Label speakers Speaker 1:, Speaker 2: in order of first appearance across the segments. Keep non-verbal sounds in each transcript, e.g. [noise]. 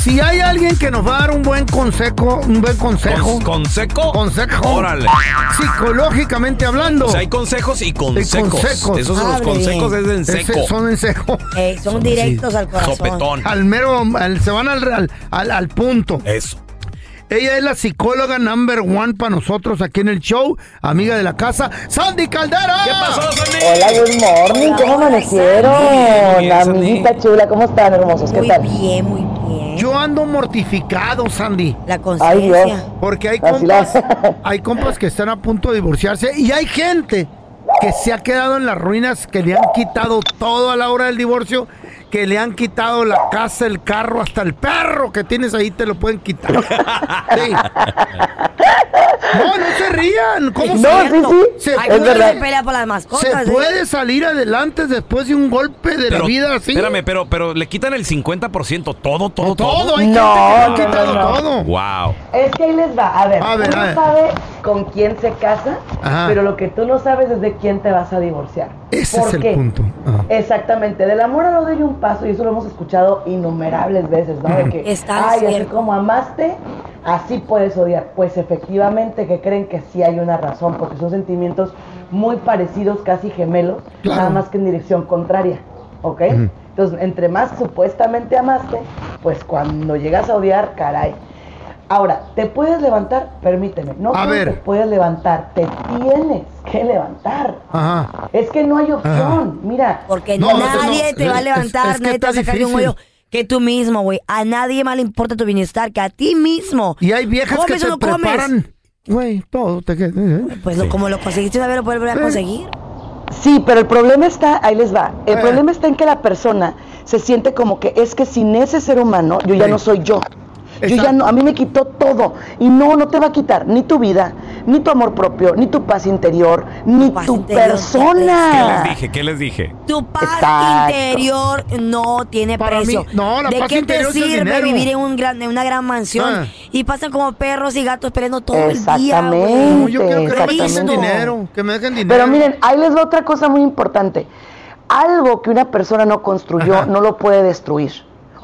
Speaker 1: Si hay alguien que nos va a dar un buen consejo, un buen consejo,
Speaker 2: ¿Con- ¿Conseco?
Speaker 1: consejo,
Speaker 2: Órale.
Speaker 1: psicológicamente hablando,
Speaker 2: O sea, hay consejos y consecos.
Speaker 1: consecos.
Speaker 2: Esos son los
Speaker 3: Abre.
Speaker 2: consejos es en
Speaker 1: ese-
Speaker 2: seco.
Speaker 1: son en seco.
Speaker 3: Ey, son directos al corazón.
Speaker 2: Sopetón.
Speaker 1: Al mero, al- se van al, al- al- al punto.
Speaker 2: Eso.
Speaker 1: Ella es la psicóloga number one para nosotros aquí en el show, amiga de la casa, Sandy Caldera.
Speaker 2: ¿Qué pasó, Sandy?
Speaker 4: Good morning, ¿cómo
Speaker 2: Muy
Speaker 4: amanecieron?
Speaker 2: bien,
Speaker 4: Amiguita chula, ¿cómo están, hermosos? ¿Qué
Speaker 3: Muy
Speaker 4: tal?
Speaker 3: bien, muy bien.
Speaker 1: Yo ando mortificado, Sandy.
Speaker 3: La
Speaker 4: Ay, Dios.
Speaker 3: conciencia.
Speaker 1: Porque hay
Speaker 4: Así
Speaker 1: compas,
Speaker 4: la-
Speaker 1: hay compas que están a punto de divorciarse y hay gente que se ha quedado en las ruinas, que le han quitado todo a la hora del divorcio, que le han quitado la casa, el carro, hasta el perro que tienes ahí te lo pueden quitar. Sí. No, no se rían. ¿Cómo
Speaker 4: No,
Speaker 1: se,
Speaker 4: sí, sí.
Speaker 1: se
Speaker 3: Ay,
Speaker 4: es
Speaker 3: uno
Speaker 4: verdad.
Speaker 3: se pelea por las mascotas.
Speaker 1: se
Speaker 3: ¿eh?
Speaker 1: puede salir adelante después de un golpe de la vida así?
Speaker 2: Espérame, pero, pero le quitan el 50%. Todo, todo, todo.
Speaker 1: Todo, hay
Speaker 4: No,
Speaker 1: gente que le han
Speaker 4: no,
Speaker 1: quitado
Speaker 4: no, no.
Speaker 1: todo. Ah,
Speaker 2: Wow.
Speaker 4: Es que ahí les va. A ver,
Speaker 1: A ver,
Speaker 4: uno
Speaker 1: a ver.
Speaker 4: sabe con quién se casa,
Speaker 1: Ajá.
Speaker 4: pero lo que tú no sabes es de quién te vas a divorciar.
Speaker 1: Ese
Speaker 4: ¿Por
Speaker 1: es el
Speaker 4: qué?
Speaker 1: punto. Ah. Ajá.
Speaker 4: Exactamente. Del amor al odio hay un paso, y eso lo hemos escuchado innumerables veces, ¿no? De que,
Speaker 3: Está
Speaker 4: ay, así
Speaker 3: cierto.
Speaker 4: como amaste, así puedes odiar. Pues efectivamente que creen que sí hay una razón, porque son sentimientos muy parecidos, casi gemelos,
Speaker 1: Claro.
Speaker 4: nada más que en dirección contraria, ¿ok? Entonces, entre más supuestamente amaste, pues cuando llegas a odiar, caray. Ahora, ¿te puedes levantar? Permíteme, no
Speaker 1: A
Speaker 4: solo
Speaker 1: ver.
Speaker 4: te puedes levantar, te tienes que levantar.
Speaker 1: Ajá.
Speaker 4: Es que no hay opción, mira.
Speaker 3: Porque
Speaker 1: No, no,
Speaker 3: nadie
Speaker 1: no,
Speaker 3: te va a
Speaker 1: es-
Speaker 3: levantar,
Speaker 1: es que
Speaker 3: nadie te va a
Speaker 1: está
Speaker 3: sacar de un
Speaker 1: difícil.
Speaker 3: hoyo que tú mismo, güey. A nadie más le importa tu bienestar que a ti mismo.
Speaker 1: Y hay viejas que
Speaker 3: ¿Comes
Speaker 1: se
Speaker 3: o no comes?
Speaker 1: preparan. Güey, todo te queda. ¿eh?
Speaker 3: Pues lo- como lo conseguiste una vez, lo puedes volver a conseguir.
Speaker 4: Sí, pero el problema está, ahí les va, el
Speaker 1: Eh.
Speaker 4: problema está en que la persona se siente como que es que sin ese ser humano yo ya
Speaker 1: Sí.
Speaker 4: no soy yo. Yo
Speaker 1: Exacto.
Speaker 4: ya no, a mí me quitó todo y no, no te va a quitar ni tu vida, ni tu amor propio, ni tu paz interior, ni
Speaker 3: Paz
Speaker 4: tu
Speaker 3: interior,
Speaker 2: ¿Qué
Speaker 4: persona.
Speaker 2: les dije? ¿Qué les dije?
Speaker 3: Tu paz
Speaker 4: Exacto.
Speaker 3: interior no tiene
Speaker 1: Para mí,
Speaker 3: precio.
Speaker 1: no, la
Speaker 3: ¿De
Speaker 1: paz
Speaker 3: qué
Speaker 1: interior
Speaker 3: te
Speaker 1: es el
Speaker 3: sirve
Speaker 1: dinero.
Speaker 3: vivir en, un gran, en una gran mansión
Speaker 1: Ah.
Speaker 3: y pasan como perros y gatos peleando todo el día?
Speaker 4: Exactamente.
Speaker 1: No,
Speaker 3: güey?
Speaker 1: yo quiero que me dejen
Speaker 3: Exactamente.
Speaker 1: dinero. Que me dejen dinero.
Speaker 4: Pero miren, ahí les va otra cosa muy importante. Algo que una persona no construyó
Speaker 1: Ajá.
Speaker 4: no lo puede destruir.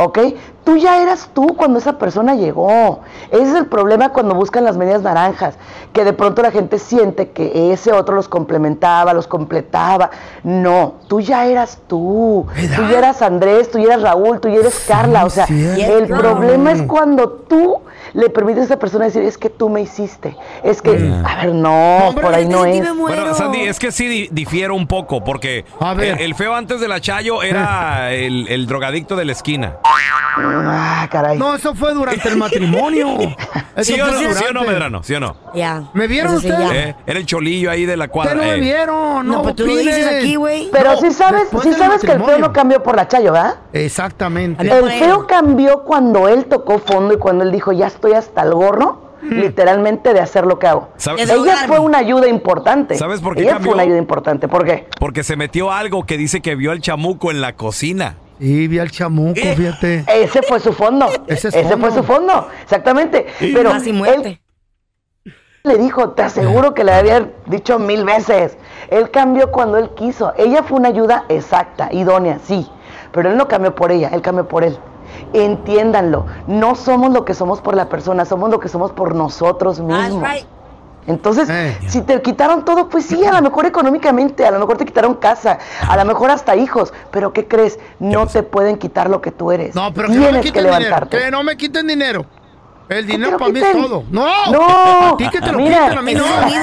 Speaker 5: ¿ok? Tú ya eras tú cuando esa persona llegó. Ese es el problema cuando buscan las medias naranjas, que de pronto la gente siente que ese otro los complementaba, los completaba. No, tú ya eras tú. Tú ya eras Andrés, tú ya eras Raúl, tú ya eres Carla. O sea,
Speaker 6: cierto.
Speaker 5: el problema es cuando tú le permites a esa persona decir, es que tú me hiciste. Es que, a ver, no, por ahí no es.
Speaker 2: Bueno, Sandy, es que sí di- difiero un poco, porque el, el feo antes de la
Speaker 1: [laughs]
Speaker 2: Chayo era el, el drogadicto de la esquina.
Speaker 5: Ah, caray.
Speaker 1: No, eso fue durante el matrimonio. Eso
Speaker 2: ¿Sí o,
Speaker 1: fue
Speaker 2: no, ¿Sí o no,
Speaker 1: durante.
Speaker 2: Medrano? ¿Sí o no?
Speaker 3: Ya.
Speaker 1: ¿Me vieron
Speaker 3: Eso sí,
Speaker 1: ustedes?
Speaker 2: Eh, era el cholillo ahí de la cuadra.
Speaker 1: Ustedes no me
Speaker 2: eh.
Speaker 1: vieron, no.
Speaker 3: pues tú lo
Speaker 1: opinen.
Speaker 3: dices aquí, güey.
Speaker 5: Pero
Speaker 1: No,
Speaker 5: sí sabes,
Speaker 1: después
Speaker 5: sí
Speaker 1: del
Speaker 5: sabes que el feo
Speaker 1: matrimonio.
Speaker 5: no cambió por la Chayo, ¿verdad?
Speaker 1: Exactamente.
Speaker 5: El feo cambió cuando él tocó fondo y cuando él dijo, ya estoy hasta el gorro,
Speaker 1: Mm.
Speaker 5: literalmente, de hacer lo que hago.
Speaker 2: ¿Sabes-
Speaker 5: Ella
Speaker 2: Desahogarme.
Speaker 5: fue una ayuda importante.
Speaker 2: ¿Sabes por qué
Speaker 5: Ella
Speaker 2: cambió?
Speaker 5: fue una ayuda importante. ¿Por qué?
Speaker 2: Porque se metió algo que dice que vio al chamuco en la cocina.
Speaker 1: Sí, vi al chamuco, fíjate.
Speaker 5: Ese fue su fondo.
Speaker 1: Ese es
Speaker 5: fue
Speaker 1: fondo.
Speaker 5: su fondo. Exactamente. Pero
Speaker 1: Más y
Speaker 5: él le dijo, te aseguro que le había dicho mil veces. Él cambió cuando él quiso. Ella fue una ayuda exacta, idónea, sí. Pero él no cambió por ella, él cambió por él. Entiéndanlo, no somos lo que somos por la persona, somos lo que somos por nosotros mismos. Entonces, si te quitaron todo, pues sí, a lo mejor económicamente, a lo mejor te quitaron casa, a lo mejor hasta hijos, pero ¿qué crees? No te pueden quitar lo que tú eres.
Speaker 1: No, pero que no me
Speaker 5: Tienes que
Speaker 1: quiten dinero.
Speaker 5: levantarte.
Speaker 1: Que no me quiten dinero. El
Speaker 5: te
Speaker 1: dinero
Speaker 5: lo
Speaker 1: para mí es
Speaker 5: quiten.
Speaker 1: todo. No,
Speaker 5: No.
Speaker 1: a ti que te lo
Speaker 5: Mira,
Speaker 1: quiten, a mí no.
Speaker 5: ese es [laughs]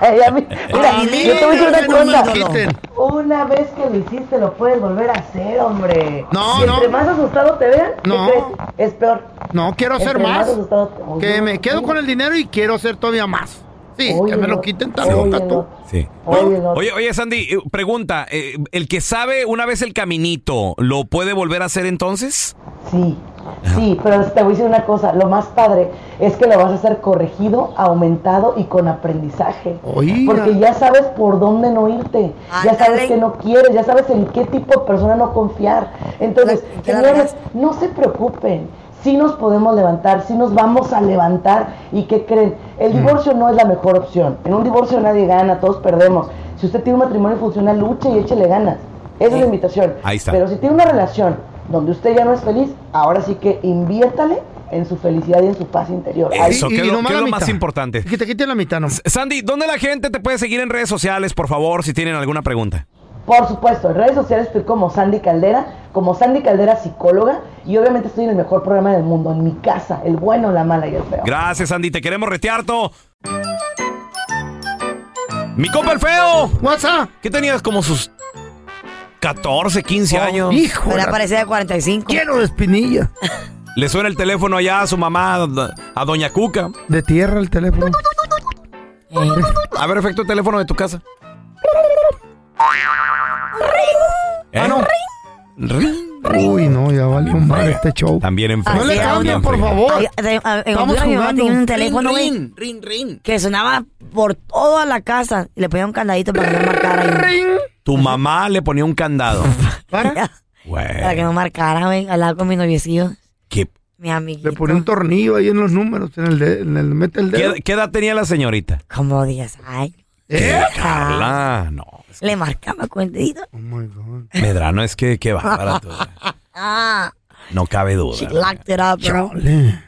Speaker 5: Ay, a mí- mira,
Speaker 1: A mí
Speaker 5: yo te voy a decir
Speaker 1: que
Speaker 5: una
Speaker 1: no me
Speaker 5: cosa.
Speaker 1: lo quiten.
Speaker 5: Una vez que lo hiciste, lo puedes volver a hacer, hombre.
Speaker 1: No,
Speaker 5: Si
Speaker 1: no.
Speaker 5: Entre más asustado te vean, ¿qué
Speaker 1: No.
Speaker 5: crees? Es peor.
Speaker 1: No, quiero hacer
Speaker 5: Entre
Speaker 1: más.
Speaker 5: asustado te- Oye,
Speaker 1: Que me quedo
Speaker 5: oye,
Speaker 1: con el dinero y quiero hacer todavía más. Sí, que me lo quiten
Speaker 5: oye,
Speaker 1: también. tú.
Speaker 2: Sí.
Speaker 5: Oye, no.
Speaker 2: Oye, oye, Sandy, eh, pregunta, eh, ¿el que sabe una vez el caminito, lo puede volver a hacer entonces?
Speaker 5: Sí, sí, pero te voy a decir una cosa, lo más padre es que lo vas a hacer corregido, aumentado y con aprendizaje.
Speaker 1: Oiga.
Speaker 5: Porque ya sabes por dónde no irte, ya
Speaker 3: Ándale.
Speaker 5: sabes que no quieres, ya sabes en qué tipo de persona no confiar. Entonces,
Speaker 3: Ya la
Speaker 5: señores, no se preocupen, sí nos podemos levantar, sí nos vamos a levantar. ¿Y qué creen? El divorcio no es la mejor opción. En un divorcio nadie gana, todos perdemos. Si usted tiene un matrimonio funcional, luche y échele ganas. Esa es la invitación.
Speaker 2: Ahí está.
Speaker 5: Pero si tiene una relación donde usted ya no es feliz, ahora sí que inviértale en su felicidad y en su paz interior. Ahí-
Speaker 2: Eso, ¿qué es lo,
Speaker 1: nomás
Speaker 2: qué es
Speaker 1: la
Speaker 2: lo más
Speaker 1: mitad.
Speaker 2: importante?
Speaker 1: Que te quiten la mitad, no.
Speaker 2: Sandy, ¿dónde la gente te puede seguir en redes sociales, por favor, si tienen alguna pregunta?
Speaker 5: Por supuesto, en redes sociales estoy como Sandy Caldera, como Sandy Caldera psicóloga, y obviamente estoy en el mejor programa del mundo, en mi casa, el bueno, la mala y el feo.
Speaker 2: Gracias, Sandy, te queremos retear todo. Mi compa el feo.
Speaker 1: WhatsApp.
Speaker 2: ¿Qué tenías como sus 14, 15 años?
Speaker 1: Oh, Hijo.
Speaker 3: Pero aparecía de 45.
Speaker 1: Quiero de espinilla.
Speaker 2: Le suena el teléfono allá a su mamá, a doña Cuca. Eh.
Speaker 1: De tierra el teléfono.
Speaker 2: A ver, efecto el teléfono de tu casa. Ah, no.
Speaker 1: Uy, no, ya vale un mal este show.
Speaker 2: También en
Speaker 1: No le cambien, por favor.
Speaker 3: Ay, de- a- En
Speaker 1: Estamos
Speaker 3: Honduras mi mamá
Speaker 1: jugando.
Speaker 3: tenía un teléfono, güey,
Speaker 2: Ring, ring.
Speaker 3: que sonaba por toda la casa. Y le ponía un candadito para que no marcara. ahí.
Speaker 2: Tu mamá le ponía un
Speaker 3: [laughs]
Speaker 2: candado.
Speaker 3: Para
Speaker 2: Güey,
Speaker 3: que no marcara, güey. Hablaba con mi noviecillo,
Speaker 2: ¿qué-
Speaker 3: mi amiguito.
Speaker 1: Le ponía un tornillo ahí en los números, en el, de, en el mete el dedo.
Speaker 2: qué, qué edad tenía la señorita?
Speaker 3: Como 10 años.
Speaker 2: ¿Qué? Carla, no.
Speaker 3: Le marcaba con el dedito.
Speaker 2: Medrano es que, qué bárbara tú, güey.
Speaker 3: Ah,
Speaker 2: No cabe duda.
Speaker 3: locked it up, bro.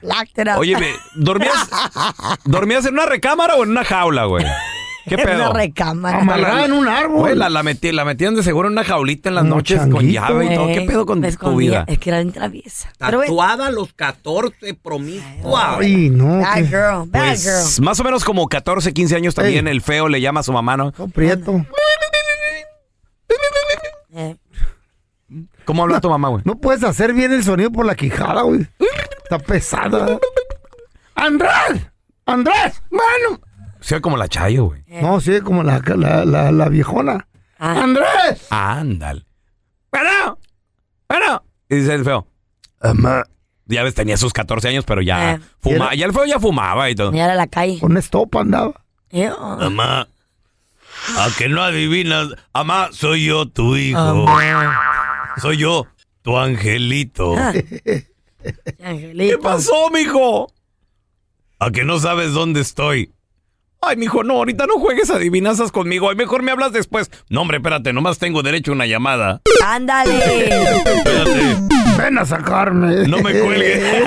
Speaker 3: Locked it up.
Speaker 2: Oye, ve, ¿dormías, ¿dormías en una recámara o en una jaula, güey? ¿Qué
Speaker 3: [laughs] En
Speaker 2: pedo?
Speaker 3: Una recámara.
Speaker 1: Amarrada en un
Speaker 2: Güey,
Speaker 1: árbol.
Speaker 2: la, la metí- la metían de seguro en una jaulita en las
Speaker 1: Un
Speaker 2: noches con
Speaker 1: changuito.
Speaker 2: llave y todo. ¿Qué
Speaker 3: Güey,
Speaker 2: pedo con
Speaker 3: me
Speaker 2: tu
Speaker 3: escondía.
Speaker 2: vida?
Speaker 3: Es que era bien traviesa. Pero, güey,
Speaker 2: Tatuada a los 14, promiscua.
Speaker 1: Ay, no.
Speaker 3: bad
Speaker 1: qué
Speaker 3: girl, bad
Speaker 2: Pues, más o menos como 14, 15 años también el feo le llama a su mamá, ¿no?
Speaker 1: Prieto.
Speaker 3: girl. Eh,
Speaker 2: ¿Cómo habla tu mamá, güey?
Speaker 1: No puedes hacer bien el sonido por la quijada, güey. Está pesada. ¡Andrés! ¡Andrés! ¡Mano!
Speaker 2: Se oye como la chayo, güey.
Speaker 1: No, sí, como la, la, la, la viejona.
Speaker 3: Ah.
Speaker 1: ¡Andrés!
Speaker 2: Ándale. ¡Pero! ¡Pero! Y dice el feo.
Speaker 1: Amá.
Speaker 2: Ya ves, tenía sus 14 años, pero ya
Speaker 3: Eh.
Speaker 2: fumaba. Ya el feo ya fumaba y todo.
Speaker 3: Mirar a la calle.
Speaker 1: Con estopa andaba.
Speaker 3: Eh,
Speaker 2: Mamá, a que no adivinas, mamá, soy yo tu hijo. Soy yo tu angelito. ¿Qué
Speaker 3: Angelito.
Speaker 2: pasó, mijo? A que no sabes dónde estoy. Ay, mijo, no, ahorita no juegues adivinanzas conmigo. Ay, mejor me hablas después. No, hombre, espérate, nomás tengo derecho a una llamada.
Speaker 3: Ándale.
Speaker 2: Espérate.
Speaker 3: Ven a sacarme.
Speaker 7: No me cuelgue.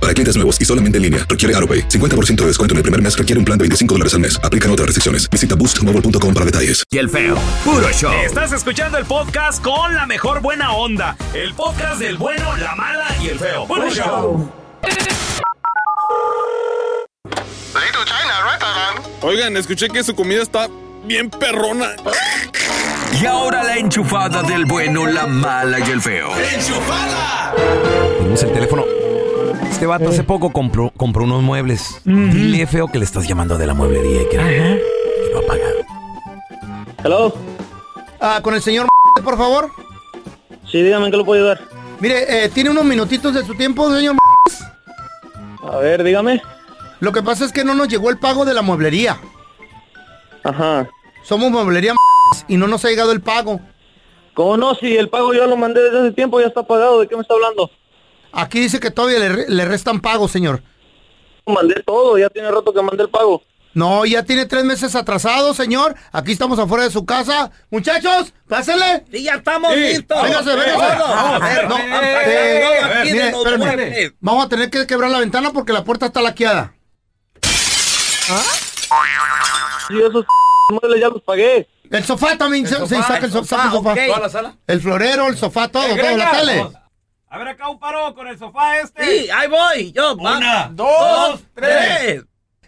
Speaker 5: Para clientes nuevos y solamente en línea, requiere AroPay. 50% de descuento en el primer mes requiere un plan de 25 dólares al mes. Aplican otras restricciones. Visita boostmobile.com para detalles.
Speaker 2: Y el feo, puro show.
Speaker 8: Estás escuchando el podcast con la mejor buena onda. El podcast del bueno, la mala y el feo. Puro show.
Speaker 9: Oigan, escuché que su comida está bien perrona.
Speaker 2: Y ahora la enchufada del bueno, la mala y el feo. Tenemos el teléfono. Este vato
Speaker 3: Eh.
Speaker 2: hace poco compró, compró unos muebles. Dile, feo, que le estás llamando de la mueblería y que, que lo apaga.
Speaker 3: Hello. Ah, con el señor, por favor.
Speaker 10: Sí, dígame que lo puedo ayudar.
Speaker 3: Mire, eh, tiene unos minutitos de su tiempo, señor.
Speaker 10: A ver, dígame.
Speaker 3: Lo que pasa es que no nos llegó el pago de la mueblería.
Speaker 10: Ajá.
Speaker 3: Somos mueblería y no nos ha llegado el pago.
Speaker 10: ¿Cómo no? Si el pago yo lo mandé desde hace tiempo, ya está pagado. ¿De qué me está hablando?
Speaker 3: Aquí dice que todavía le, re- le restan pago, señor.
Speaker 10: Mandé todo, ya tiene rato que mandé el pago.
Speaker 3: No, ya tiene tres meses atrasado, señor. Aquí estamos afuera de su casa. Muchachos, pásenle.
Speaker 11: Sí, ya estamos
Speaker 3: Sí.
Speaker 11: listos.
Speaker 3: Véngase,
Speaker 11: Eh,
Speaker 3: véngase.
Speaker 11: vamos,
Speaker 3: Vamos,
Speaker 11: eh,
Speaker 3: no,
Speaker 11: eh,
Speaker 3: eh,
Speaker 11: eh,
Speaker 3: mire,
Speaker 11: aquí de
Speaker 3: mire,
Speaker 11: los
Speaker 3: espérame.
Speaker 11: muebles.
Speaker 3: Vamos a tener que quebrar la ventana porque la puerta está laqueada.
Speaker 10: Sí, ¿Ah? esos [laughs] muebles ya los pagué.
Speaker 3: El sofá también, se- se saca el sofá. saca el sofá.
Speaker 11: ok. ¿Toda la sala?
Speaker 3: El florero, el sofá, todo,
Speaker 11: Eh,
Speaker 3: todo,
Speaker 11: Greca,
Speaker 3: la tele.
Speaker 11: A ver acá un paro con el sofá este. Sí, ahí voy. Yo, Una, dos, tres.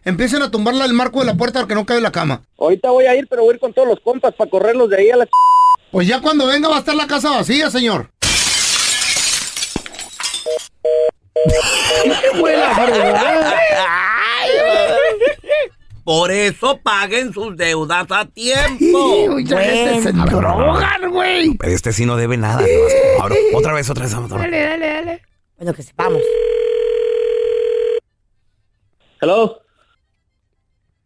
Speaker 3: Empiecen a tumbarla el marco de la puerta porque no cabe la cama.
Speaker 10: Ahorita voy a ir, pero voy a ir con todos los compas para correrlos de ahí a la... ch-
Speaker 3: Pues ya cuando venga va a estar la casa vacía, señor.
Speaker 11: Por eso paguen sus deudas a tiempo.
Speaker 3: ya ese se drogan, güey.
Speaker 2: Pero este sí no debe nada. no más que- Ahora, otra vez, otra vez. vamos, otra vez.
Speaker 12: Dale, dale, dale. Bueno, que sepamos.
Speaker 10: Hello.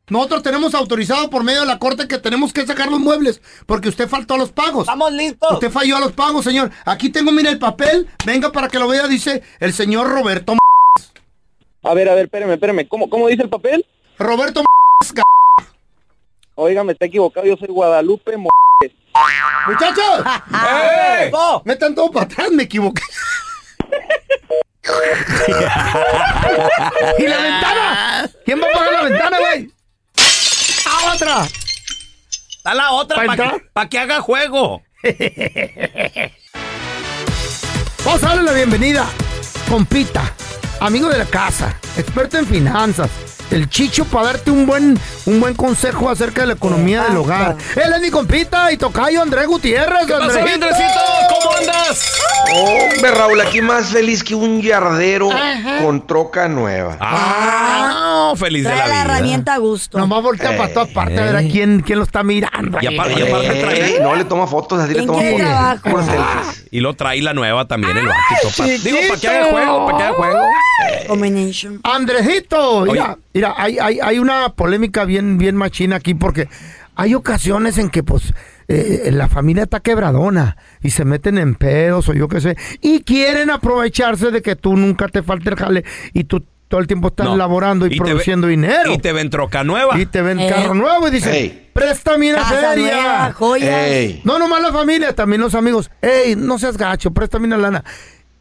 Speaker 3: Nosotros tenemos autorizado por medio de la corte que tenemos que sacar los muebles porque usted faltó a los pagos. Estamos listos. Usted falló a los pagos, señor. Aquí tengo, mira el papel. Venga para que lo vea, dice el señor Roberto. M****.
Speaker 10: A ver, a ver, espérame, espérame. ¿Cómo, cómo dice el papel?
Speaker 3: Roberto M****, ca-
Speaker 10: Oiga, me está equivocado. Yo soy Guadalupe M****.
Speaker 3: Muchachos, ¡Eh! metan todo para atrás, me equivoqué. ¿Y la ventana? ¿Quién va a pagar la ventana, güey? ¡A otra!
Speaker 11: Da la otra para que, pa' que haga juego.
Speaker 3: Vamos a darle la bienvenida, compita, amigo de la casa, experto en finanzas, el chicho para darte un buen, un buen consejo acerca de la economía del hogar. Él es mi compita y tocayo Andrés Gutiérrez.
Speaker 13: ¿Qué pasó,
Speaker 3: Andrejito?
Speaker 13: Andresito? ¿Cómo andas? Hombre, Raúl, aquí más feliz que un yardero con troca nueva.
Speaker 2: Ah, feliz de la vida.
Speaker 12: herramienta a gusto.
Speaker 3: Nomás voltea para todas partes a ver a quién, quién lo está mirando.
Speaker 2: Y
Speaker 3: ahí.
Speaker 2: aparte, y
Speaker 3: ¿Eh?
Speaker 2: aparte trae-
Speaker 13: Ey, no le toma fotos, así le
Speaker 3: ¿En
Speaker 13: toma
Speaker 3: qué
Speaker 13: fotos.
Speaker 3: trabajo?
Speaker 13: Puras selfies.
Speaker 2: Y lo trae la nueva también, el vato. y todo, pa- Digo, para que
Speaker 3: chiquito!
Speaker 2: haga juego, para que haga juego.
Speaker 3: Andrejito, mira,
Speaker 2: Oye.
Speaker 3: mira, hay, hay, hay una polémica bien, bien machina aquí porque hay ocasiones en que pues eh, la familia está quebradona y se meten en pedos o yo qué sé y quieren aprovecharse de que tú nunca te falte el jale y tú todo el tiempo estás
Speaker 2: No.
Speaker 3: laborando y,
Speaker 2: Y te ve-
Speaker 3: produciendo dinero.
Speaker 2: Y te ven troca nueva.
Speaker 3: Y te ven
Speaker 2: Eh.
Speaker 3: carro nuevo y dicen,
Speaker 2: Ey. Eh.
Speaker 3: préstame una
Speaker 2: Casa
Speaker 3: feria.
Speaker 2: nueva, joyas. Ey.
Speaker 3: No nomás la familia, también los amigos. Ey, no seas gacho, préstame una lana.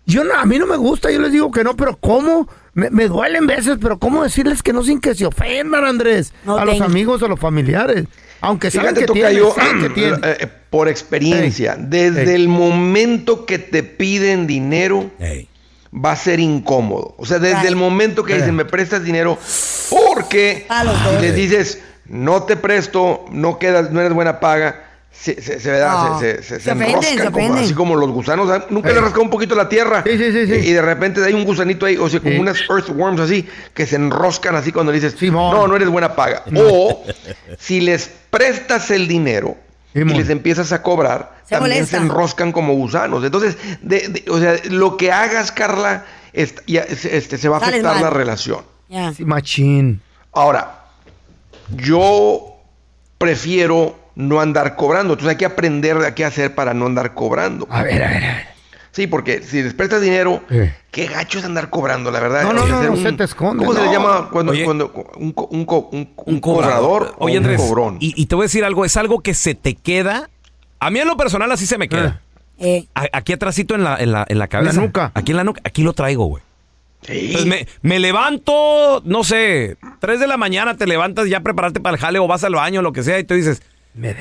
Speaker 3: Yo no, a mí no me gusta, yo les digo que no, pero ¿cómo? Me, me duelen veces, pero ¿cómo decirles que no sin que se ofendan, Andrés?
Speaker 13: No
Speaker 3: a los
Speaker 13: tengo.
Speaker 3: amigos, a los familiares. Aunque saben
Speaker 13: Fíjate, toca
Speaker 3: que tienen,
Speaker 13: yo, [clears throat]
Speaker 3: saben que tienen.
Speaker 13: eh, eh, por experiencia, desde el momento que te piden dinero, va a ser incómodo. O sea, desde
Speaker 3: Claro.
Speaker 13: el momento que dicen, me prestas dinero, porque y les dices, no te presto, no quedas, no eres buena paga, se, se, se, da-
Speaker 3: No.
Speaker 13: se- se- se-
Speaker 3: Se
Speaker 13: se
Speaker 3: ofenden,
Speaker 13: enroscan,
Speaker 3: se
Speaker 13: como-
Speaker 3: ofenden.
Speaker 13: así como los gusanos. ¿ah? Nunca le rascó un poquito la tierra. Y y de repente hay un gusanito ahí, o sea, como
Speaker 14: Sí.
Speaker 13: unas earthworms así, que se enroscan así cuando le dices, no, no eres buena paga. O si les prestas el dinero y les empiezas a cobrar,
Speaker 3: Se
Speaker 13: también
Speaker 3: molesta.
Speaker 13: se enroscan como gusanos. Entonces, de- de- o sea, lo que hagas, Carla, est- ya- es- este, se va a
Speaker 5: Sales
Speaker 13: afectar
Speaker 5: mal.
Speaker 13: la relación.
Speaker 3: Ya.
Speaker 5: Machín.
Speaker 13: Ahora, yo prefiero no andar cobrando. Entonces hay que aprender a qué hacer para no andar cobrando. A ver, a ver, a ver. Sí, porque si les prestas dinero, qué gacho es andar cobrando, la verdad.
Speaker 5: No,
Speaker 13: O
Speaker 5: no,
Speaker 13: sea,
Speaker 5: no,
Speaker 13: hacer
Speaker 5: no,
Speaker 13: un-
Speaker 5: se te esconde.
Speaker 13: ¿Cómo se
Speaker 5: No.
Speaker 13: le llama cuando, cuando un, co- un co- un- un cobrador o
Speaker 2: Oye,
Speaker 13: un
Speaker 2: Andrés,
Speaker 13: cobrón?
Speaker 2: Y, y te voy a decir algo, es algo que se te queda. A mí en lo personal así se me queda.
Speaker 3: Eh.
Speaker 2: A- aquí atrásito en la, en la, en la cabeza.
Speaker 5: la nuca.
Speaker 2: Aquí en la nuca. Aquí lo traigo, güey. Entonces, pues me, me levanto, no sé, 3 de la mañana, te levantas ya prepararte para el jale o vas al baño, lo que sea, y tú dices,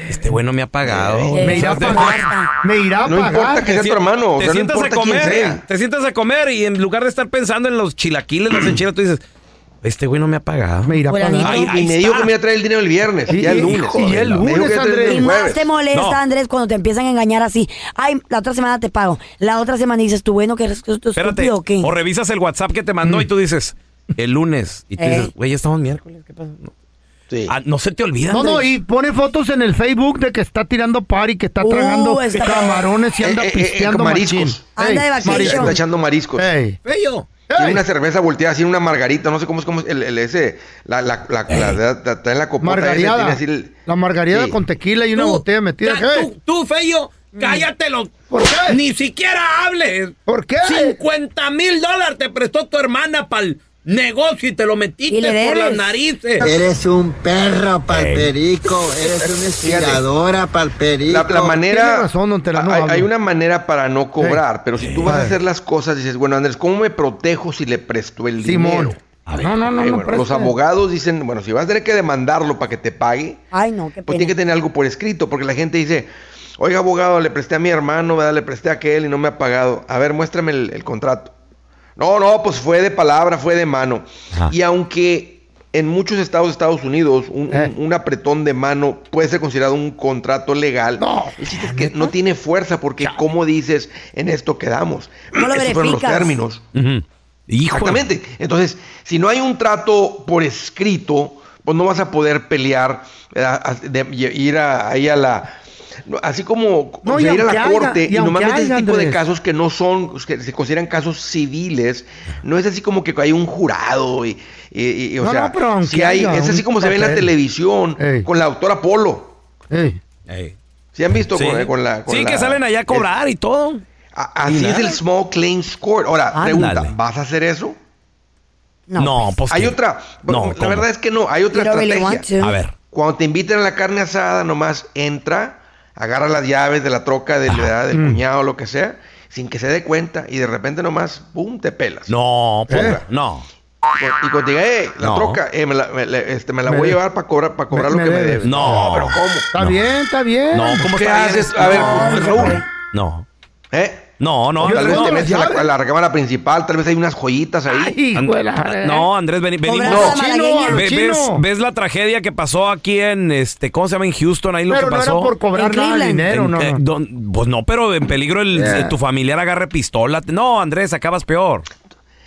Speaker 2: este güey no me ha pagado.
Speaker 5: Me irá a pagar. Me irá a pagar.
Speaker 2: Te sien- Te sientas a comer, te sientas a comer y en lugar de estar pensando en los chilaquiles, las enchiladas, tú dices, este güey no me ha pagado.
Speaker 5: Me irá a pagar.
Speaker 13: Ay, y me dijo que me iba a traer el dinero el viernes.
Speaker 2: Y-
Speaker 13: ya el
Speaker 2: y-
Speaker 13: lunes.
Speaker 2: y el
Speaker 13: Me dijo que
Speaker 2: lunes,
Speaker 13: iba a traer el
Speaker 2: Andrés.
Speaker 3: Y este más
Speaker 13: jueves.
Speaker 3: te molesta, Andrés, cuando te empiezan a engañar así. Ay, la otra semana te pago. La otra semana dices, tú bueno, que eres que eres tú
Speaker 2: Espérate,
Speaker 3: estúpido o qué.
Speaker 2: o revisas el WhatsApp que te mandó y tú dices, el lunes. Y tú
Speaker 3: Eh.
Speaker 2: dices, güey, ya estamos miércoles, ¿qué pasa? No,
Speaker 13: Eh,
Speaker 2: Ah, no se te olvida.
Speaker 5: No, no,
Speaker 2: Andrés.
Speaker 5: y pone fotos en el Facebook de que está tirando party, que
Speaker 3: Uh,
Speaker 5: está tragando
Speaker 2: está-
Speaker 5: camarones y anda
Speaker 13: Eh, eh, eh,
Speaker 5: pisteando
Speaker 13: mariscos.
Speaker 5: machín.
Speaker 3: Anda de
Speaker 5: Ey,
Speaker 3: vacation.
Speaker 5: mariscos.
Speaker 13: Está echando mariscos.
Speaker 2: Bello.
Speaker 13: Tiene una cerveza volteada, así una margarita, no sé cómo es, cómo es el, el ese, la, la, la, la, la, la- trae la copota ese,
Speaker 5: Margariada.
Speaker 13: tiene así el-
Speaker 5: La margarida
Speaker 13: Sí.
Speaker 5: con tequila y una botella metida. ¿qué?
Speaker 2: Tú, Feyo, cállatelo.
Speaker 5: ¿Por qué?
Speaker 2: Ni siquiera hables.
Speaker 5: ¿Por qué?
Speaker 2: 50 mil dólares te prestó tu hermana para el negocio y te lo metiste
Speaker 15: Y le
Speaker 2: por
Speaker 15: debes.
Speaker 2: las narices.
Speaker 15: Eres un perro, palperico. Eres una inspiradora, palperico.
Speaker 13: La, la manera.
Speaker 5: la
Speaker 13: hay, hay una manera para no cobrar, pero si tú vas a hacer las cosas, dices, bueno, Andrés, ¿cómo me protejo si le presto el
Speaker 5: Simón.
Speaker 13: dinero?
Speaker 5: No, no, no,
Speaker 13: Eh,
Speaker 5: no.
Speaker 13: bueno, los
Speaker 5: preste.
Speaker 13: abogados dicen, bueno, si vas a tener que demandarlo para que te pague,
Speaker 3: Ay, no, qué
Speaker 13: pues
Speaker 3: pena.
Speaker 13: tiene que tener algo por escrito, porque la gente dice, oiga, abogado, le presté a mi hermano, ¿verdad? Le presté a aquel y no me ha pagado. A ver, muéstrame el, el contrato. No, no, pues fue de palabra, fue de mano. Y aunque en muchos estados de Estados Unidos un, un- un apretón de mano puede ser considerado un contrato legal, el chiste es que no tiene fuerza, porque como dices, en esto quedamos.
Speaker 3: No lo
Speaker 13: Esos fueron los
Speaker 3: verificas.
Speaker 13: términos. Exactamente. Entonces, si no hay un trato por escrito, pues no vas a poder pelear, eh, a- de- y- ir a, ahí a la... no, Así como
Speaker 5: No,
Speaker 13: o sea,
Speaker 5: y
Speaker 13: ir a la
Speaker 5: aunque haya-
Speaker 13: corte,
Speaker 5: y
Speaker 13: y,
Speaker 5: aunque
Speaker 13: normalmente
Speaker 5: haya,
Speaker 13: ese tipo de
Speaker 5: Andrés.
Speaker 13: casos que no son, que se consideran casos civiles, no es así como que hay un jurado y, y- y- y, o
Speaker 5: No,
Speaker 13: sea,
Speaker 5: no, pero aunque
Speaker 13: si hay,
Speaker 5: haya
Speaker 13: es así
Speaker 5: un
Speaker 13: como se ve en la
Speaker 5: papel.
Speaker 13: televisión con la autora Polo.
Speaker 2: Ey.
Speaker 13: ¿Sí han visto
Speaker 2: Sí.
Speaker 13: con, eh, con la... con
Speaker 2: Sí, que
Speaker 13: la-
Speaker 2: salen allá a cobrar y todo.
Speaker 13: A- Así es
Speaker 2: nada.
Speaker 13: el Small Claims Court. Ahora,
Speaker 2: Ándale.
Speaker 13: pregunta, ¿vas a hacer eso?
Speaker 2: No, No, pues,
Speaker 13: Hay
Speaker 2: ¿qué?
Speaker 13: otra.
Speaker 2: No,
Speaker 13: la
Speaker 2: ¿cómo?
Speaker 13: verdad es que no. Hay otra
Speaker 2: You don't really want
Speaker 13: estrategia.
Speaker 2: to. A ver.
Speaker 13: Cuando te invitan a la carne asada, nomás entra, agarra las llaves de la troca, de la edad, del
Speaker 2: Mm.
Speaker 13: cuñado, lo que sea, sin que se dé cuenta y de repente nomás, ¡pum!, te pelas.
Speaker 2: No, pues,
Speaker 13: ¿Eh?
Speaker 2: no.
Speaker 13: Y cuando te diga, eh, la
Speaker 2: No.
Speaker 13: troca, eh, me la, me la- este, me la
Speaker 2: Me
Speaker 13: voy a
Speaker 2: de-
Speaker 13: llevar para cobrar, para cobrar
Speaker 2: me
Speaker 13: lo que me
Speaker 2: debes.
Speaker 13: debes.
Speaker 2: No.
Speaker 13: pero ¿cómo?
Speaker 5: Está bien, está bien.
Speaker 2: No, ¿cómo
Speaker 13: ¿Qué
Speaker 2: está bien?
Speaker 13: haces? A ver, Raúl.
Speaker 2: No.
Speaker 13: ¿Eh?
Speaker 2: No, no,
Speaker 13: O tal
Speaker 2: Andrés,
Speaker 13: vez
Speaker 2: no.
Speaker 13: te metes a la, a la recámara principal, tal vez hay unas joyitas ahí.
Speaker 2: And- Ah, No, Andrés, veni-
Speaker 13: Cobrando
Speaker 2: venimos.
Speaker 13: a la Chino, malagueña. a lo
Speaker 2: Ve- ves,
Speaker 13: chino.
Speaker 2: ves la tragedia que pasó aquí en, este, ¿cómo se llama? En Houston, ahí lo
Speaker 5: Pero
Speaker 2: que
Speaker 5: no era
Speaker 2: pasó.
Speaker 5: por cobrar En nada de Cleveland. dinero, no, no.
Speaker 2: don- pues no, pero en peligro el,
Speaker 13: Yeah.
Speaker 2: tu familiar agarre pistola. No, Andrés, acabas peor.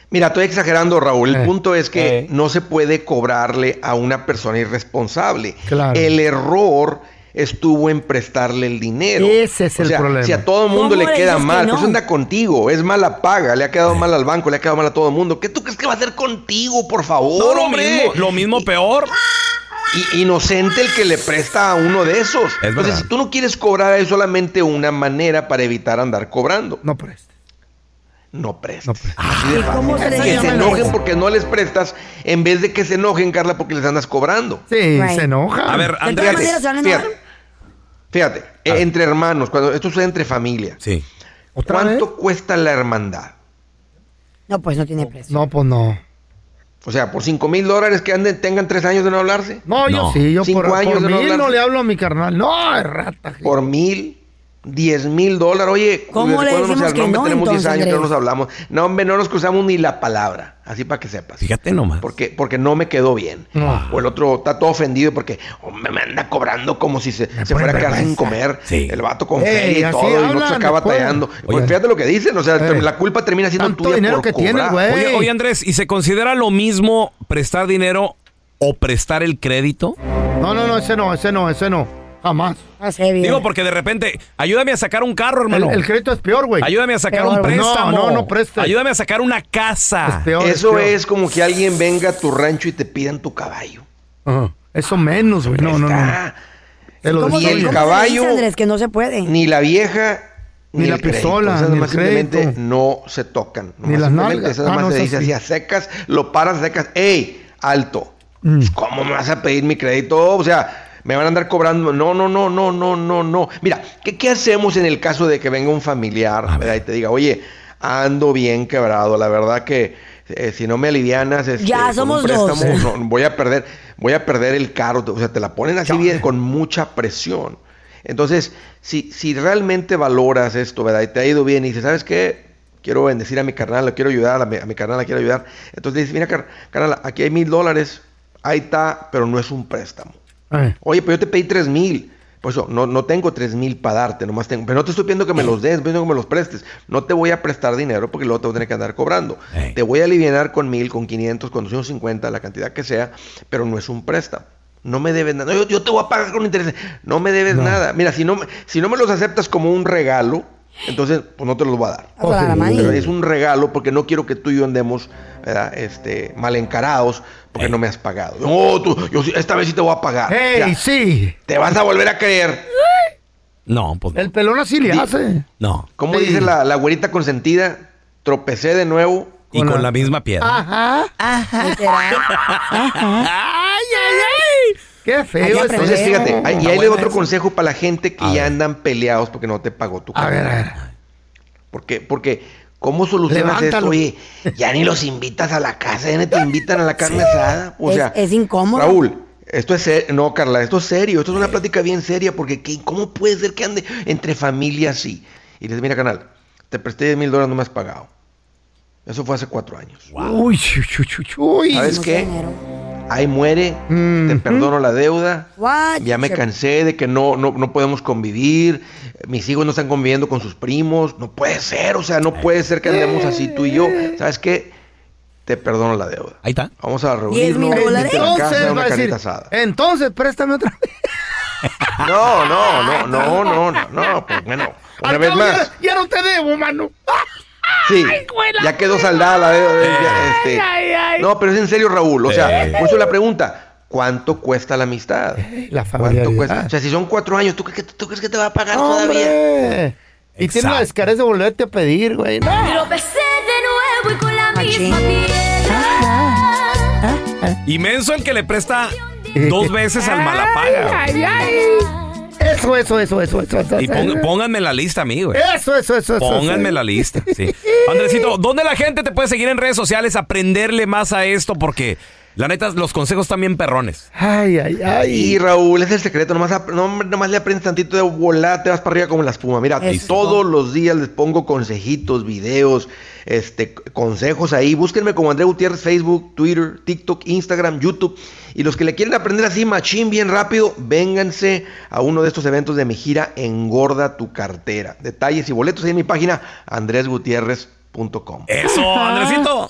Speaker 13: Mira, estoy exagerando, Raúl. El punto es que no se puede cobrarle a una persona irresponsable.
Speaker 5: Claro.
Speaker 13: El error estuvo en prestarle el dinero.
Speaker 5: Ese es
Speaker 13: O
Speaker 5: el
Speaker 13: sea,
Speaker 5: problema.
Speaker 13: Si a todo mundo
Speaker 5: ¿Cómo
Speaker 13: le
Speaker 5: le
Speaker 13: queda
Speaker 5: dices que
Speaker 13: mal,
Speaker 5: no?
Speaker 13: por eso anda contigo, es mala paga, le ha quedado mal al banco, le ha quedado mal a todo el mundo. ¿Qué tú crees que va a hacer contigo, por favor,
Speaker 2: No, lo
Speaker 13: hombre?
Speaker 2: mismo, lo mismo peor.
Speaker 13: Y- inocente el que le presta a uno de esos. Entonces,
Speaker 2: verdad.
Speaker 13: si tú no quieres cobrar, hay solamente una manera para evitar andar cobrando.
Speaker 5: No prestes.
Speaker 13: No prestes. Así de fácil.
Speaker 5: cómo se le
Speaker 13: que
Speaker 5: llama
Speaker 13: se
Speaker 5: eso?
Speaker 13: enojen porque no les prestas, en vez de que se enojen, Carla, porque les andas cobrando.
Speaker 5: Sí, Right. se enojan. A ver, De todas Andrés- maneras se van a enojar.
Speaker 13: fíjate, fíjate, eh, entre hermanos, cuando esto sucede entre familia.
Speaker 2: Sí.
Speaker 13: ¿Cuánto cuesta la hermandad?
Speaker 3: No, pues no tiene precio.
Speaker 5: No, pues no.
Speaker 13: O sea, por cinco mil dólares que anden, tengan tres años de no hablarse.
Speaker 5: No, yo sí, yo
Speaker 13: Cinco
Speaker 5: por, por
Speaker 13: años de no
Speaker 5: mil no
Speaker 13: hablarse.
Speaker 5: le hablo a mi carnal. No, es rata.
Speaker 13: Por mil. 10 mil dólares. Oye,
Speaker 3: ¿Cómo
Speaker 13: ¿desde
Speaker 3: le
Speaker 13: cuándo
Speaker 3: decimos
Speaker 13: nos-
Speaker 3: que
Speaker 13: hombre,
Speaker 3: no,
Speaker 13: tenemos 10
Speaker 3: entonces,
Speaker 13: años que no
Speaker 3: Andrés?
Speaker 13: nos hablamos. No, hombre, no nos cruzamos ni la palabra. Así para que sepas.
Speaker 16: Fíjate nomás.
Speaker 13: Porque, porque no me quedó bien.
Speaker 16: Ah.
Speaker 13: O el otro está todo ofendido porque hombre, me anda cobrando como si se, se fuera a quedar sin comer. El vato con
Speaker 1: Ey,
Speaker 13: feria y
Speaker 1: así
Speaker 13: todo, y el otro se
Speaker 1: hablan,
Speaker 13: acaba
Speaker 1: pues.
Speaker 13: batallando. Pues fíjate lo que dicen, o sea, la culpa termina siendo tuya por cobrar.
Speaker 16: Oye, oye, Andrés, ¿y se considera lo mismo prestar dinero o prestar el crédito?
Speaker 1: No, no, no, ese no, ese no, ese no. Jamás.
Speaker 16: Digo, porque de repente, ayúdame a sacar un carro,
Speaker 1: el,
Speaker 16: hermano.
Speaker 1: el crédito es peor, güey.
Speaker 16: Ayúdame a sacar
Speaker 5: Eh,
Speaker 1: Peor,
Speaker 16: un
Speaker 1: güey.
Speaker 16: préstamo.
Speaker 1: No, no, no
Speaker 5: pues.
Speaker 1: prestes.
Speaker 16: Ayúdame a sacar una casa.
Speaker 5: Este,
Speaker 13: Eso es como que alguien venga a tu rancho y te pidan tu caballo.
Speaker 1: Ajá. Eso menos, güey. No, no, no. Te lo
Speaker 3: ¿Cómo
Speaker 13: Ni
Speaker 3: se-
Speaker 13: el
Speaker 3: cómo se
Speaker 13: caballo,
Speaker 3: dice, Andrés, que no se
Speaker 1: [laughs]
Speaker 3: puede.
Speaker 13: ni la vieja,
Speaker 1: Ni la
Speaker 13: el crédito.
Speaker 1: pistola,
Speaker 13: Esas
Speaker 1: ni
Speaker 13: nomás
Speaker 1: el crédito.
Speaker 13: simplemente no se tocan.
Speaker 1: Ni
Speaker 13: Nomás
Speaker 1: las
Speaker 13: simplemente
Speaker 1: nalgas.
Speaker 13: Esas
Speaker 1: Ah,
Speaker 13: nomás
Speaker 1: no,
Speaker 13: se
Speaker 1: esas
Speaker 13: dice
Speaker 1: sí.
Speaker 13: así a secas, lo paras a secas. ¡Ey! Alto.
Speaker 1: Mm.
Speaker 13: ¿Cómo me vas a pedir mi crédito? O sea, me van a andar cobrando. No, no, no, no, no, no, no. Mira, ¿qué, qué hacemos en el caso de que venga un familiar ¿verdad? y te diga, oye, ando bien quebrado, la verdad que eh, si no me alivianas, este,
Speaker 3: Ya
Speaker 13: con un
Speaker 3: somos dos.
Speaker 13: préstamo, no, no, voy a perder, voy a perder el carro. O sea, te la ponen así bien con mucha presión. Entonces, si, si realmente valoras esto, ¿verdad? Y te ha ido bien y dices, ¿sabes qué? Quiero bendecir a mi carnal, le quiero ayudar, a mi, a mi carnal la quiero ayudar. Entonces le dices, mira, car- carnal, aquí hay mil dólares, ahí está, pero no es un préstamo.
Speaker 1: Eh.
Speaker 13: Oye, pero yo te pedí tres mil. Por eso, no, no tengo tres mil para darte, nomás tengo. Pero no te estoy pidiendo que me los des, pidiendo que me los prestes. No te voy a prestar dinero porque luego te voy a tener que andar cobrando. Te voy a aliviar con mil, con 500, con 250, la cantidad que sea, pero no es un préstamo. No me debes nada. No, yo, yo te voy a pagar con interés. No me debes nada. Mira, si no, me- si no me los aceptas como un regalo, entonces pues no te los voy a dar. Pero es un regalo porque no quiero que tú y yo andemos ¿verdad? este, mal encarados
Speaker 1: Eh.
Speaker 13: porque no me has pagado. No, tú, yo sí- esta vez sí te voy a pagar.
Speaker 1: ¡Ey,
Speaker 13: Ya.
Speaker 1: sí!
Speaker 13: Te vas a volver a creer.
Speaker 16: No, pues
Speaker 1: El pelón así le hace.
Speaker 16: no.
Speaker 13: ¿Cómo
Speaker 1: Sí.
Speaker 13: dice la, la güerita consentida? Tropecé de nuevo.
Speaker 16: Y con la misma piedra.
Speaker 1: Ajá.
Speaker 3: Ajá.
Speaker 1: Ajá. ¡Ay, ay, ay! ¡Qué feo! ese
Speaker 13: Entonces,
Speaker 1: feo.
Speaker 13: fíjate, hay- y
Speaker 1: Está
Speaker 13: ahí le
Speaker 1: buena
Speaker 13: doy otro
Speaker 1: esa.
Speaker 13: consejo para la gente que ya andan peleados porque no te pagó tu carro. A ver, a ver. Porque, porque, ¿cómo solucionas
Speaker 3: Levántalo.
Speaker 13: esto? Oye, ya ni los invitas a la casa, ya ni te invitan a la carne asada. O
Speaker 3: es,
Speaker 13: sea,
Speaker 3: es incómodo.
Speaker 13: Raúl, esto es ser- no, Carla, esto es serio, esto es una plática bien seria, porque ¿qué- ¿cómo puede ser que ande entre familias así? Y les mira, canal, te presté 10 mil dólares, no me has pagado. Eso fue hace cuatro años.
Speaker 1: Uy, chu, chu, chu, chu, uy.
Speaker 13: ¿Sabes qué? Ahí muere, te perdono la deuda.
Speaker 3: What?
Speaker 13: Ya me
Speaker 3: Se-
Speaker 13: cansé de que no, no, no podemos convivir, mis hijos no están conviviendo con sus primos, no puede ser, o sea, no puede ser que andemos así tú y yo. ¿Sabes qué? Te perdono la deuda.
Speaker 16: Ahí está.
Speaker 13: Vamos a reunirnos.
Speaker 1: ¿Diez mil dólares?
Speaker 13: vente a la casa,
Speaker 1: Entonces, va
Speaker 13: una
Speaker 1: a decir,
Speaker 13: carnita asada.
Speaker 1: entonces, préstame otra vez.
Speaker 13: No, no, no, no, no, no, no, pues bueno, una
Speaker 1: Al
Speaker 13: vez
Speaker 1: cabo,
Speaker 13: más.
Speaker 1: Ya, ya no te debo, mano.
Speaker 13: Sí,
Speaker 1: güey, la
Speaker 13: ya quedó saldada la deuda. ya, este.
Speaker 1: ay, ay.
Speaker 13: No, pero es en serio, Raúl. O sea,
Speaker 1: Eh.
Speaker 13: por eso la pregunta, ¿cuánto cuesta la amistad?
Speaker 1: La
Speaker 13: ¿Cuánto
Speaker 1: familiaridad.
Speaker 13: cuesta? O sea, si son cuatro años, ¿tú crees que, tú crees que te va a pagar todavía?
Speaker 1: ¡Hombre! Y tiene la descarga de volverte a pedir, güey. No.
Speaker 17: Tropecé de nuevo y con la misma
Speaker 16: Inmenso el que le presta dos veces al malapaga.
Speaker 1: Ay, ay. Eso, eso, eso, eso, eso. eso,
Speaker 16: Y pong-
Speaker 1: eso.
Speaker 16: pónganme en la lista a mí, güey.
Speaker 1: Eso, eso, eso, eso,
Speaker 16: Pónganme
Speaker 1: eso.
Speaker 16: en la lista. Sí. Andresito, ¿dónde la gente te puede seguir en redes sociales? Aprenderle más a esto porque, la neta, los consejos están bien perrones.
Speaker 1: Ay, ay, ay.
Speaker 13: Y Raúl, es el secreto. Nomás, ap- no, hombre, nomás le aprendes tantito de volar, te vas para arriba como la espuma. Mira,
Speaker 16: Eso
Speaker 13: y
Speaker 16: es
Speaker 13: todos los días les pongo consejitos, videos, este, c- consejos ahí. Búsquenme como André Gutiérrez, Facebook, Twitter, TikTok, Instagram, YouTube. Y los que le quieren aprender así, machín, bien rápido, vénganse a uno de estos eventos de mi gira Engorda tu cartera. Detalles y boletos ahí en mi página, andresgutierrez.com.
Speaker 16: Eso, Andresito.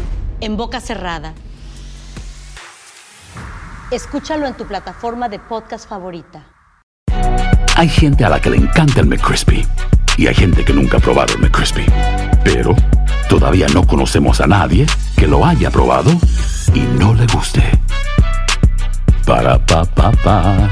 Speaker 5: En boca cerrada. Escúchalo en tu plataforma de podcast favorita.
Speaker 1: Hay gente a la que le encanta el McCrispy y hay gente que nunca ha probado el McCrispy. Pero todavía no conocemos a nadie que lo haya probado y no le guste. Para pa pa pa.